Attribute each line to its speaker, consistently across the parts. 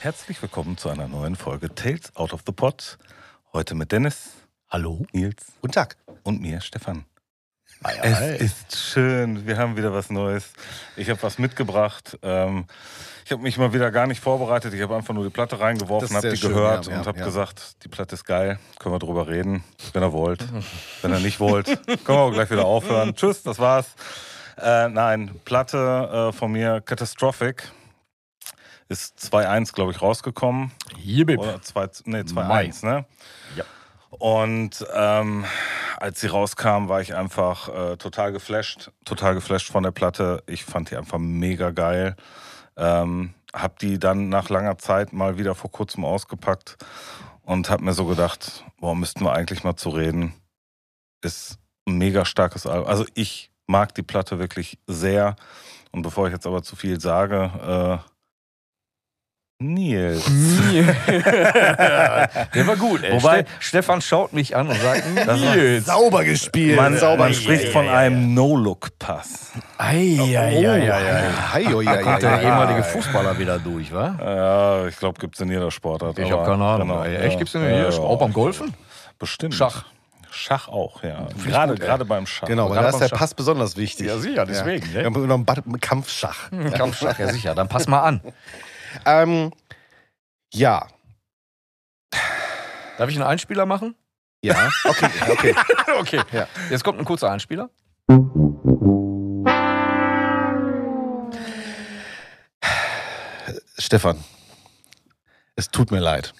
Speaker 1: Herzlich willkommen zu einer neuen Folge Tales Out of the Pot. Heute mit Dennis,
Speaker 2: Hallo?
Speaker 1: Nils
Speaker 2: Guten Tag.
Speaker 1: und mir, Stefan.
Speaker 2: Ei,
Speaker 1: Es ist schön, wir haben wieder was Neues. Ich habe was mitgebracht. Ähm, ich habe mich mal wieder gar nicht vorbereitet. Ich habe einfach nur die Platte
Speaker 2: Das
Speaker 1: reingeworfen,
Speaker 2: ist
Speaker 1: habe
Speaker 2: sehr
Speaker 1: die
Speaker 2: schön,
Speaker 1: gehört
Speaker 2: ja, ja,
Speaker 1: und habe
Speaker 2: ja.
Speaker 1: gesagt, die Platte ist geil, können wir drüber reden, wenn ihr wollt. wenn ihr nicht wollt, können wir auch gleich wieder aufhören. Tschüss, das war's. Äh, nein, Platte äh, von mir, Catastrophic, ist 2.1, glaube ich, rausgekommen.
Speaker 2: Jibib.
Speaker 1: Oder 2-1, nee, 2-1, ne?
Speaker 2: Ja.
Speaker 1: Und ähm, als sie rauskam, war ich einfach äh, total geflasht. Total geflasht von der Platte. Ich fand die einfach mega geil. Ähm, hab die dann nach langer Zeit mal wieder vor kurzem ausgepackt und hab mir so gedacht, boah, müssten wir eigentlich mal zu reden. Ist ein mega starkes Album. Also ich mag die Platte wirklich sehr. Und bevor ich jetzt aber zu viel sage, äh, Nils.
Speaker 2: Der war gut, ey.
Speaker 1: Wobei-
Speaker 2: Wobei, Stefan schaut mich an und sagt,
Speaker 1: Das war
Speaker 2: Nils.
Speaker 3: Sauber gespielt.
Speaker 1: Man,
Speaker 3: sauber
Speaker 1: man spricht von einem No-Look-Pass.
Speaker 2: Ei, ei, ei, ei, ei.
Speaker 3: Hei, oi, ei,
Speaker 2: Kommt
Speaker 3: ei,
Speaker 2: der
Speaker 3: ei,
Speaker 2: ehemalige
Speaker 3: ei.
Speaker 2: Fußballer wieder durch, wa?
Speaker 1: Ja, ich glaube, gibt es in jeder Sportart.
Speaker 2: Ich
Speaker 1: aber-
Speaker 2: habe keine Ahnung.
Speaker 1: genau,
Speaker 2: ey.
Speaker 1: ja.
Speaker 2: Echt, gibt's denn
Speaker 1: Ja,
Speaker 2: hier?
Speaker 1: ja,
Speaker 2: auch beim Golfen?
Speaker 1: Bestimmt.
Speaker 2: Schach.
Speaker 1: Schach auch, ja. Gerade, gerade beim Schach.
Speaker 3: Genau, weil da
Speaker 2: Gerade
Speaker 3: ist der
Speaker 2: beim
Speaker 3: Pass besonders wichtig.
Speaker 2: Ja, sicher, deswegen,
Speaker 3: Ja.
Speaker 2: ne?
Speaker 3: Ja, mit einem Bat- mit Kampfschach.
Speaker 2: Kampfschach, ja sicher. Dann pass mal an.
Speaker 3: Ähm, ja.
Speaker 2: Darf ich einen Einspieler machen?
Speaker 3: Ja, okay, okay.
Speaker 2: okay.
Speaker 3: Ja.
Speaker 2: Jetzt kommt ein kurzer Einspieler.
Speaker 3: Stefan, es tut mir leid.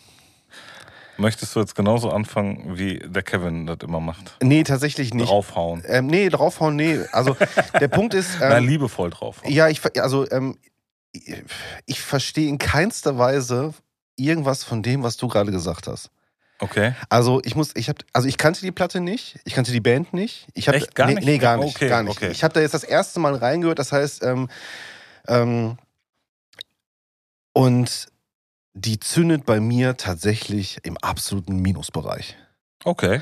Speaker 1: Möchtest du jetzt genauso anfangen, wie der Kevin das immer macht?
Speaker 3: Nee, tatsächlich nicht.
Speaker 1: Draufhauen.
Speaker 3: Ähm, nee, draufhauen, nee. Also, der Punkt ist. Ähm,
Speaker 1: Nein, liebevoll draufhauen.
Speaker 3: Ja, ich, ver- also, ähm, ich- ich verstehe in keinster Weise irgendwas von dem, was du gerade gesagt hast.
Speaker 1: Okay.
Speaker 3: Also ich muss, ich hab, also ich kannte die Platte nicht, ich kannte die Band nicht. Ich hab,
Speaker 1: Echt? Gar
Speaker 3: nee,
Speaker 1: nicht?
Speaker 3: Nee, gar nicht.
Speaker 1: Okay,
Speaker 3: gar nicht.
Speaker 1: okay.
Speaker 3: Ich habe da jetzt das erste Mal reingehört, das heißt, ähm, ähm, und die zündet bei mir tatsächlich im absoluten Minusbereich.
Speaker 1: Okay.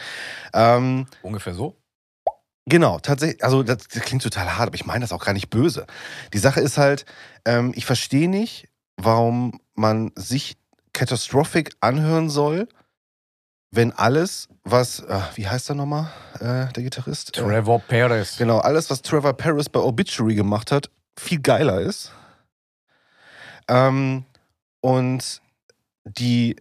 Speaker 3: Ähm,
Speaker 2: Ungefähr so.
Speaker 3: genau, tatsächlich, also das, das klingt total hart, aber ich meine das auch gar nicht böse. Die Sache ist halt, ähm, ich verstehe nicht, warum man sich Catastrophic anhören soll, wenn alles, was, äh, wie heißt der nochmal, äh, der Gitarrist? Äh,
Speaker 2: Trevor Perez.
Speaker 3: Genau, alles, was Trevor Paris bei Obituary gemacht hat, viel geiler ist. Ähm, und die,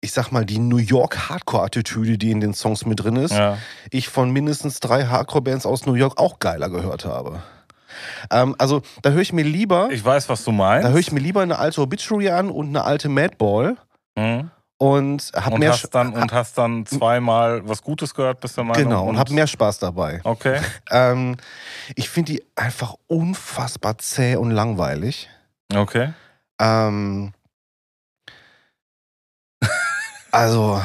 Speaker 3: ich sag mal, die New York Hardcore-Attitüde, die in den Songs mit drin ist,
Speaker 1: Ja.
Speaker 3: ich von mindestens drei Hardcore-Bands aus New York auch geiler gehört habe. Ähm, also, da höre ich mir lieber,
Speaker 1: Ich weiß, was du
Speaker 3: da
Speaker 1: meinst. Hm?
Speaker 3: höre ich mir lieber eine alte Obituary an und eine alte Madball
Speaker 1: Mhm.
Speaker 3: und hab
Speaker 1: Und,
Speaker 3: mehr
Speaker 1: hast dann, und hast dann zweimal was Gutes gehört, bist du der Meinung?
Speaker 3: genau und
Speaker 1: und
Speaker 3: hab mehr Spaß dabei.
Speaker 1: Okay.
Speaker 3: Ähm, ich finde die einfach unfassbar zäh und langweilig.
Speaker 1: Okay.
Speaker 3: Ähm, also,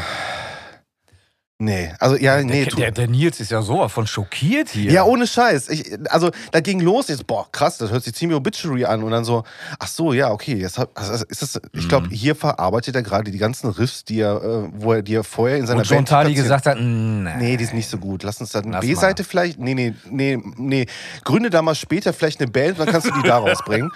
Speaker 3: nee, also ja, nee,
Speaker 2: der,
Speaker 3: tu,
Speaker 2: der, der Nils ist ja sowas von schockiert hier.
Speaker 3: ja, oh, ohne Scheiß. Ich, also, da ging los, jetzt, boah, krass, das hört sich ziemlich obituary an. Und dann so, ach so, ja, okay, jetzt hab, also, ist das, ich
Speaker 2: Mhm.
Speaker 3: glaube, hier verarbeitet er gerade die ganzen Riffs, die er, äh, wo er dir vorher in seiner
Speaker 2: Und John
Speaker 3: Band
Speaker 2: Tardy
Speaker 3: platziert-
Speaker 2: gesagt hat, nee.
Speaker 3: Nee, die ist nicht so gut. Lass uns da eine
Speaker 2: Lass mal.
Speaker 3: B-Seite vielleicht. Nee, nee, nee, nee. Gründe da mal später vielleicht eine Band, dann kannst du die da rausbringen.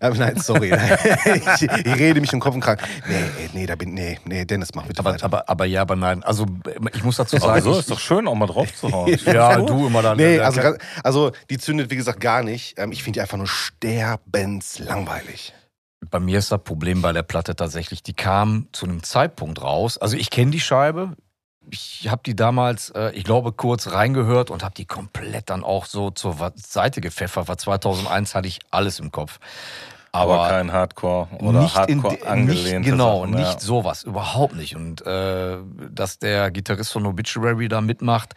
Speaker 3: Ähm, nein, sorry. ich, ich rede mich im Kopf und krank. Nee, ey, nee, da bin nee, nee, Dennis, mach bitte
Speaker 2: Aber,
Speaker 3: weiter.
Speaker 2: aber, aber ja, aber nein. Also ich muss dazu
Speaker 1: Aber
Speaker 2: sagen,
Speaker 1: so
Speaker 2: ich,
Speaker 1: Also, ist doch schön, auch mal draufzuhauen. Ich find's
Speaker 2: ja,
Speaker 1: gut.
Speaker 2: du immer dann.
Speaker 3: Nee,
Speaker 2: dann-
Speaker 3: also, ganz- also die zündet, wie gesagt, gar nicht. Ähm, ich finde die einfach nur sterbenslangweilig.
Speaker 2: bei mir ist das Problem bei der Platte tatsächlich, die kam zu einem Zeitpunkt raus. Also ich kenne die Scheibe. Ich habe die damals, äh, ich glaube, kurz reingehört und habe die komplett dann auch so zur Wa- Seite gepfeffert. War 2001 hatte ich alles im Kopf.
Speaker 1: Aber,
Speaker 2: Aber,
Speaker 1: kein Hardcore oder
Speaker 2: nicht in
Speaker 1: Hardcore
Speaker 2: de-
Speaker 1: angelehnt. ne?
Speaker 2: Nicht, genau, nicht sowas, überhaupt nicht. Und äh, dass der Gitarrist von Obituary da mitmacht,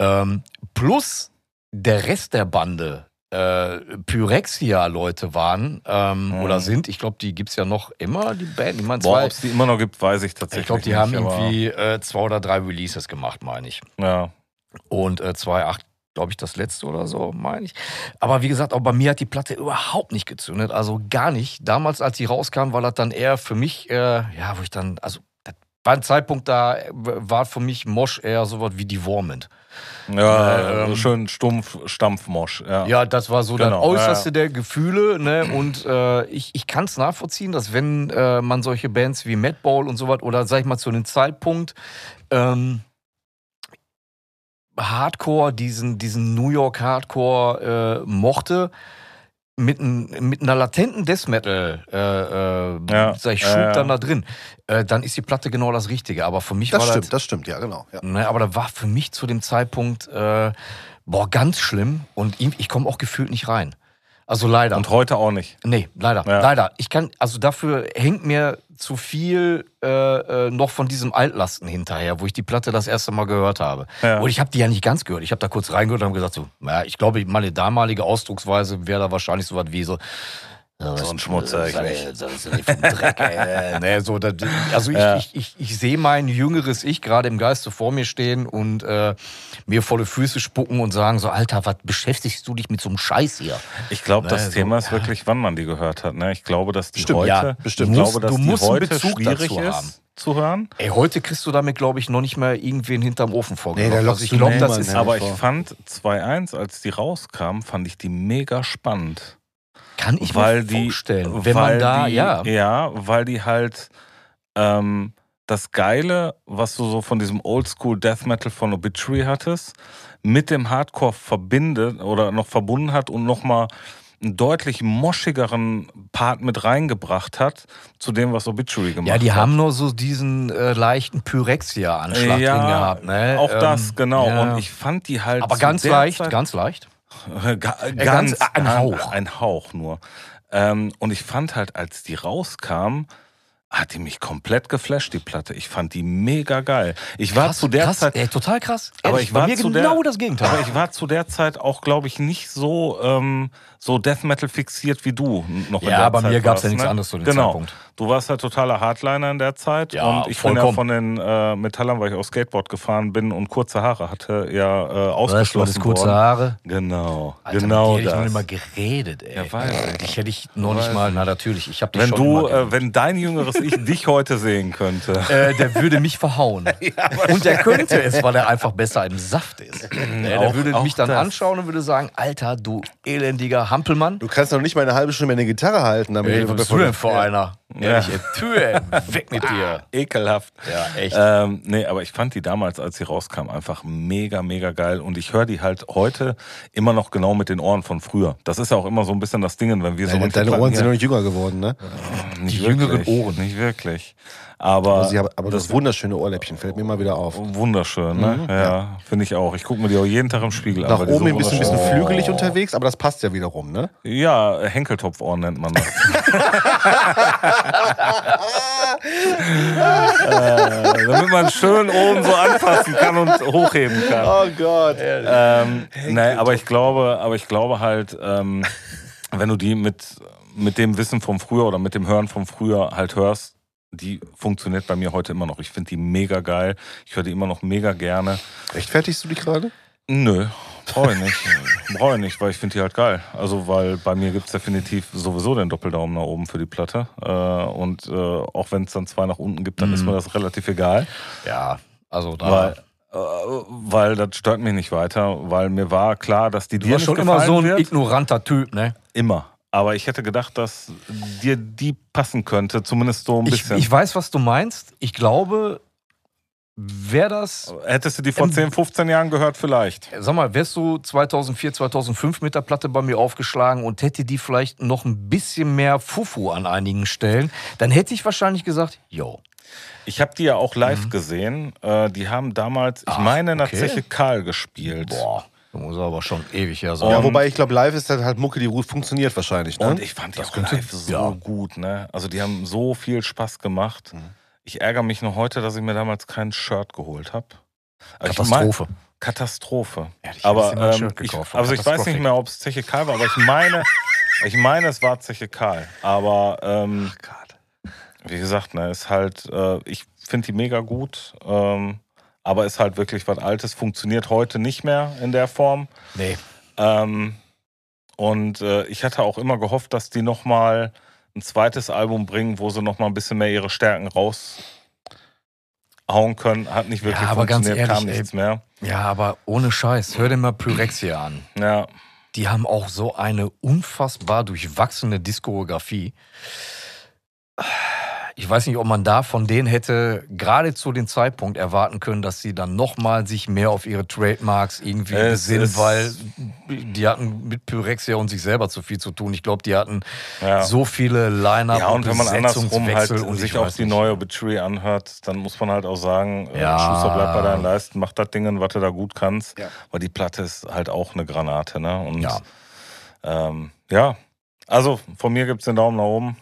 Speaker 2: ähm, plus der Rest der Bande äh, Pyrexia-Leute waren ähm,
Speaker 1: Mhm.
Speaker 2: oder sind. Ich glaube, die gibt es ja noch immer, die Band. Ich meine,
Speaker 1: Boah,
Speaker 2: zwei.
Speaker 1: ob es die immer noch gibt, weiß ich tatsächlich
Speaker 2: Ich glaube, die
Speaker 1: nicht,
Speaker 2: haben
Speaker 1: aber-
Speaker 2: irgendwie äh, zwei oder drei Releases gemacht, meine ich.
Speaker 1: Ja.
Speaker 2: Und äh, 2,8, glaube ich, das letzte oder so, meine ich. Aber wie gesagt, auch bei mir hat die Platte überhaupt nicht gezündet. Also gar nicht. Damals, als sie rauskam, war das dann eher für mich, äh, ja, wo ich dann, also das war ein Zeitpunkt, da äh, war für mich Mosch eher sowas wie die Warmint.
Speaker 1: Ja,
Speaker 2: Äh, ähm,
Speaker 1: schön stumpf, Stampfmosch. Ja.
Speaker 2: Ja, das war so das
Speaker 1: Genau,
Speaker 2: Äußerste
Speaker 1: ja, ja.
Speaker 2: der Gefühle. Ne? Und äh, ich, ich kann es nachvollziehen, dass wenn äh, man solche Bands wie Madball und sowas oder sag ich mal zu einem Zeitpunkt ähm, Hardcore, diesen, diesen New York Hardcore äh, mochte, mit, n, mit einer latenten Death Metal, äh, äh,
Speaker 1: Ja,
Speaker 2: sag ich,
Speaker 1: ja,
Speaker 2: schub
Speaker 1: ja.
Speaker 2: dann da drin, äh, dann ist die Platte genau das Richtige. Aber für mich
Speaker 3: Das
Speaker 2: war das
Speaker 3: stimmt, das stimmt, ja, genau. Ja.
Speaker 2: Ne, aber da war für mich zu dem Zeitpunkt, äh, boah, ganz schlimm. Und ihm- ich komme auch gefühlt nicht rein. Also leider.
Speaker 1: Und heute auch nicht.
Speaker 2: nee, leider.
Speaker 1: Ja.
Speaker 2: Leider. Ich kann, also dafür hängt mir zu viel äh, äh, noch von diesem Altlasten hinterher, wo ich die Platte das erste Mal gehört habe.
Speaker 1: Ja.
Speaker 2: Und ich habe die ja nicht ganz gehört. Ich habe da kurz reingehört und habe gesagt, so, naja, ich glaube, meine damalige Ausdrucksweise wäre da wahrscheinlich so was wie so.
Speaker 1: So ein Schmutzer, ich nicht.
Speaker 2: Das ist nicht vom Dreck, ey. Nee, so, das, also ich,
Speaker 1: Ja.
Speaker 2: ich, ich, ich sehe mein jüngeres Ich gerade im Geiste vor mir stehen und äh, mir volle Füße spucken und sagen so, Alter, was beschäftigst du dich mit so einem Scheiß hier?
Speaker 1: Ich glaube, das
Speaker 2: Ne, so,
Speaker 1: Thema ist
Speaker 2: ja.
Speaker 1: wirklich, wann man die gehört hat. Ne? Ich glaube, dass die
Speaker 3: Stimmt,
Speaker 1: heute,
Speaker 2: ja, bestimmt.
Speaker 1: bestimmt. Ich
Speaker 2: Du
Speaker 1: glaube, dass
Speaker 2: musst- du
Speaker 1: die
Speaker 2: musst einen
Speaker 1: heute
Speaker 2: Bezug
Speaker 1: schwierig
Speaker 2: dazu
Speaker 1: ist
Speaker 2: haben.
Speaker 1: zu hören.
Speaker 2: Ey, heute kriegst du damit, glaube ich, noch nicht mal irgendwen hinterm Ofen vorgelockt.
Speaker 3: Nee, da lockst
Speaker 2: also ich
Speaker 3: du
Speaker 2: glaube, das
Speaker 3: niemanden
Speaker 2: ist
Speaker 3: hin.
Speaker 1: Aber ich
Speaker 3: vor.
Speaker 1: fand 2-1, als die rauskam, fand ich die mega spannend.
Speaker 2: Kann ich
Speaker 1: weil
Speaker 2: mir
Speaker 1: die,
Speaker 2: vorstellen, wenn
Speaker 1: weil
Speaker 2: man da,
Speaker 1: die,
Speaker 2: ja,
Speaker 1: ja, weil die halt ähm, das Geile, was du so von diesem Oldschool Death Metal von Obituary hattest, mit dem Hardcore verbindet oder noch verbunden hat und nochmal einen deutlich moschigeren Part mit reingebracht hat zu dem, was Obituary gemacht
Speaker 2: ja,
Speaker 1: hat.
Speaker 2: die haben nur so diesen äh, leichten Pyrexia-Anschlag
Speaker 1: Ja,
Speaker 2: drin gehabt. Ne?
Speaker 1: Auch
Speaker 2: Ähm,
Speaker 1: das, genau.
Speaker 2: ja.
Speaker 1: Und ich fand die halt.
Speaker 2: aber
Speaker 1: zu
Speaker 2: ganz
Speaker 1: der
Speaker 2: leicht,
Speaker 1: Zeit-
Speaker 2: ganz leicht.
Speaker 1: Ga- ganz,
Speaker 2: Äh, ganz- ein
Speaker 1: gan-
Speaker 2: Hauch.
Speaker 1: Ein Hauch nur. Ähm, und ich fand halt, als die rauskam, hat die mich komplett geflasht, die Platte. Ich fand die mega geil. Ich war
Speaker 2: Krass,
Speaker 1: zu der
Speaker 2: krass,
Speaker 1: Zeit.
Speaker 2: ey, total krass.
Speaker 1: aber
Speaker 2: Ehrlich,
Speaker 1: ich war
Speaker 2: bei mir
Speaker 1: zu
Speaker 2: genau
Speaker 1: der,
Speaker 2: das Gegenteil.
Speaker 1: Aber ich war zu der Zeit auch, glaube ich, nicht so, ähm, so Death Metal fixiert wie du n- noch in
Speaker 2: Ja,
Speaker 1: der
Speaker 2: bei
Speaker 1: Zeit
Speaker 2: mir gab's
Speaker 1: warst,
Speaker 2: ja nichts
Speaker 1: ne?
Speaker 2: anderes zu dem
Speaker 1: genau.
Speaker 2: Zeitpunkt.
Speaker 1: Du warst ja totaler Hardliner in der Zeit
Speaker 2: Ja,
Speaker 1: und ich bin ja
Speaker 2: vollkommen.
Speaker 1: von den äh, Metallern, weil ich auch Skateboard gefahren bin und kurze Haare hatte, ja äh,
Speaker 2: Weißt du,
Speaker 1: ausgeschlossen
Speaker 2: das kurze
Speaker 1: worden.
Speaker 2: Haare.
Speaker 1: Genau,
Speaker 2: Alter,
Speaker 1: genau
Speaker 2: mit dir hätte ich noch
Speaker 1: das.
Speaker 2: nicht mal geredet, ey.
Speaker 1: Ja, weiß
Speaker 2: ich hätte ich noch nicht
Speaker 1: Weiß
Speaker 2: mal, na natürlich, ich habe dich
Speaker 1: Wenn
Speaker 2: schon
Speaker 1: du,
Speaker 2: immer
Speaker 1: äh, wenn dein jüngeres Ich dich heute sehen könnte.
Speaker 2: äh, der würde mich verhauen. und er könnte es, weil er einfach besser im Saft ist. der
Speaker 1: Auch-
Speaker 2: würde
Speaker 1: auch
Speaker 2: mich dann
Speaker 1: das.
Speaker 2: anschauen und würde sagen, Alter, du elendiger Hampelmann.
Speaker 3: Du kannst noch nicht mal eine halbe Stunde mehr eine Gitarre halten. Damit
Speaker 2: Ey, was bist du denn für einer?
Speaker 1: Ja.
Speaker 2: Ehrlich, ey, Tür, ey, weg mit dir.
Speaker 1: Ekelhaft.
Speaker 2: Ja,
Speaker 3: Äh,
Speaker 2: echt.
Speaker 1: Ähm, nee, aber ich fand die damals, als sie rauskam, einfach mega, mega geil. Und ich höre die halt heute immer noch genau mit den Ohren von früher. Das ist ja auch immer so ein bisschen das Ding, wenn wir so
Speaker 3: Deine,
Speaker 1: manche
Speaker 3: deine
Speaker 1: Platten
Speaker 3: Ohren sind
Speaker 1: hier-
Speaker 3: noch nicht jünger geworden, ne?
Speaker 1: nicht
Speaker 2: die jüngeren
Speaker 1: wirklich,
Speaker 2: Ohren.
Speaker 1: Nicht wirklich.
Speaker 3: Aber,
Speaker 1: Aber,
Speaker 3: sie haben, Also aber das
Speaker 1: das
Speaker 3: wunderschöne Ohrläppchen fällt mir immer wieder auf.
Speaker 1: wunderschön, ne? ja, finde ich auch. Ich gucke mir die auch jeden Tag im Spiegel
Speaker 3: Mhm,
Speaker 1: an.
Speaker 3: Nach
Speaker 1: weil die
Speaker 3: oben
Speaker 1: so
Speaker 3: hin bist du ein bisschen
Speaker 1: wunderschön-
Speaker 3: flügelig unterwegs, aber das passt ja wiederum, ne?
Speaker 1: Ja, Henkeltopfohren nennt man das. äh, damit man schön oben so anfassen kann und hochheben kann.
Speaker 3: Oh Gott.
Speaker 1: Ähm, nein, aber ich glaube, aber ich glaube halt, ähm, wenn du die mit, mit dem Wissen vom früher oder mit dem Hören vom früher halt hörst, die funktioniert bei mir heute immer noch. Ich finde die mega geil. Ich höre die immer noch mega gerne.
Speaker 3: Rechtfertigst du dich gerade?
Speaker 1: Nö, brauche ich nicht. brauche ich nicht, weil ich finde die halt geil. Also, weil bei mir gibt es definitiv sowieso den Doppeldaumen nach oben für die Platte. Äh, und äh, auch wenn es dann zwei nach unten gibt, dann ist mir das relativ egal.
Speaker 2: Ja, also da.
Speaker 1: Weil, äh, weil das stört mich nicht weiter, weil mir war klar, dass die
Speaker 2: du
Speaker 1: dir
Speaker 2: warst
Speaker 1: nicht
Speaker 2: schon immer
Speaker 1: gefallen
Speaker 2: so ein
Speaker 1: wird.
Speaker 2: ignoranter Typ, ne?
Speaker 1: Immer. Aber ich hätte gedacht, dass dir die passen könnte, zumindest so ein
Speaker 2: Ich,
Speaker 1: bisschen.
Speaker 2: ich weiß, was du meinst. Ich glaube, wäre das
Speaker 1: Hättest du die vor
Speaker 2: Ähm,
Speaker 1: 10, 15 Jahren gehört, vielleicht.
Speaker 2: Sag mal, wärst du 2004, 2005 mit der Platte bei mir aufgeschlagen und hätte die vielleicht noch ein bisschen mehr Fufu an einigen Stellen, dann hätte ich wahrscheinlich gesagt, yo.
Speaker 1: Ich habe die ja auch live gesehen. Äh, die haben damals, ich meine, in der
Speaker 2: okay.
Speaker 1: Zeche Karl gespielt.
Speaker 2: Boah, das muss aber schon ewig her
Speaker 3: Ja,
Speaker 2: sein.
Speaker 3: wobei ich glaube, live ist halt, halt Mucke, die gut funktioniert wahrscheinlich, ne?
Speaker 1: Und ich fand die auch live so
Speaker 2: ja.
Speaker 1: gut, ne? Also die haben so viel Spaß gemacht. Ich ärgere mich noch heute, dass ich mir damals kein Shirt geholt habe.
Speaker 2: Katastrophe.
Speaker 1: Katastrophe.
Speaker 2: Ehrlich, ich
Speaker 1: aber
Speaker 2: hätte mir ein
Speaker 1: ähm,
Speaker 2: Shirt
Speaker 1: ich,
Speaker 2: gekauft.
Speaker 1: also ich weiß
Speaker 2: Katastrophe.
Speaker 1: nicht mehr, ob es Zeche Karl war, aber ich meine, ich meine, es war Zeche Karl. Aber ähm, wie gesagt, ne, ist halt, äh, ich finde die mega gut, ähm, aber ist halt wirklich was Altes, funktioniert heute nicht mehr in der Form.
Speaker 2: Nee.
Speaker 1: Ähm, und äh, ich hatte auch immer gehofft, dass die nochmal ein zweites Album bringen, wo sie nochmal ein bisschen mehr ihre Stärken raus hauen können, hat nicht wirklich
Speaker 2: Ja, aber ganz
Speaker 1: funktioniert, kam
Speaker 2: ehrlich,
Speaker 1: nichts mehr.
Speaker 2: Ja, aber ohne Scheiß. Hör dir mal Pyrexia an.
Speaker 1: Ja,
Speaker 2: Die haben auch so eine unfassbar durchwachsene Diskografie. Ich weiß nicht, ob man da von denen hätte gerade zu dem Zeitpunkt erwarten können, dass sie dann nochmal sich mehr auf ihre Trademarks irgendwie
Speaker 1: Es
Speaker 2: besinnen,
Speaker 1: ist-
Speaker 2: weil die hatten mit Pyrexia und sich selber zu viel zu tun. Ich glaube, die hatten
Speaker 1: ja.
Speaker 2: so viele Line-Up
Speaker 1: ja, und wenn man andersrum halt
Speaker 2: Besetzungswechsel
Speaker 1: und
Speaker 2: ich
Speaker 1: sich auch
Speaker 2: weiß
Speaker 1: die
Speaker 2: nicht.
Speaker 1: neue Betree anhört, dann muss man halt auch sagen, äh,
Speaker 2: Ja.
Speaker 1: Schuster, bleib bei deinen Leisten, mach das Ding, was du da gut kannst.
Speaker 3: Ja.
Speaker 1: Weil die Platte ist halt auch eine Granate, ne? Und
Speaker 2: Ja.
Speaker 1: ähm, ja. also von mir gibt es den Daumen nach oben.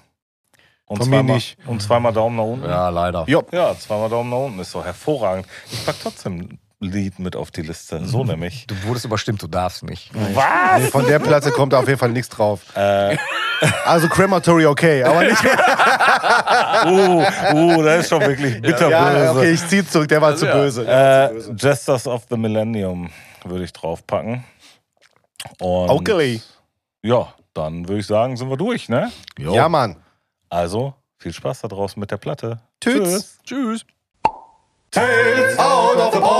Speaker 1: Und
Speaker 3: Von mir
Speaker 1: zweimal,
Speaker 3: nicht.
Speaker 1: Und zweimal Daumen nach unten.
Speaker 2: Ja, leider.
Speaker 3: Jo,
Speaker 1: Ja, zweimal Daumen nach unten ist so hervorragend. Ich pack trotzdem ein Lied mit auf die Liste. So nämlich.
Speaker 2: Du wurdest überstimmt, du darfst nicht.
Speaker 1: Was?
Speaker 3: nee, von der Platte kommt auf jeden Fall nichts drauf.
Speaker 1: Äh,
Speaker 3: Also Crematory okay, aber nicht mehr.
Speaker 1: uh, uh, das ist schon wirklich bitterböse.
Speaker 3: Ja, okay, ich zieh zurück, der war zu
Speaker 2: ja.
Speaker 3: böse.
Speaker 1: Äh, Jesters of the Millennium würde ich draufpacken. Und
Speaker 3: Okay.
Speaker 1: Ja, dann würde ich sagen, sind wir durch, ne?
Speaker 2: Jo.
Speaker 3: Ja, Mann.
Speaker 1: Also, viel Spaß da draußen mit der Platte.
Speaker 3: Tschüss.
Speaker 2: Tschüss.
Speaker 3: Out of the box.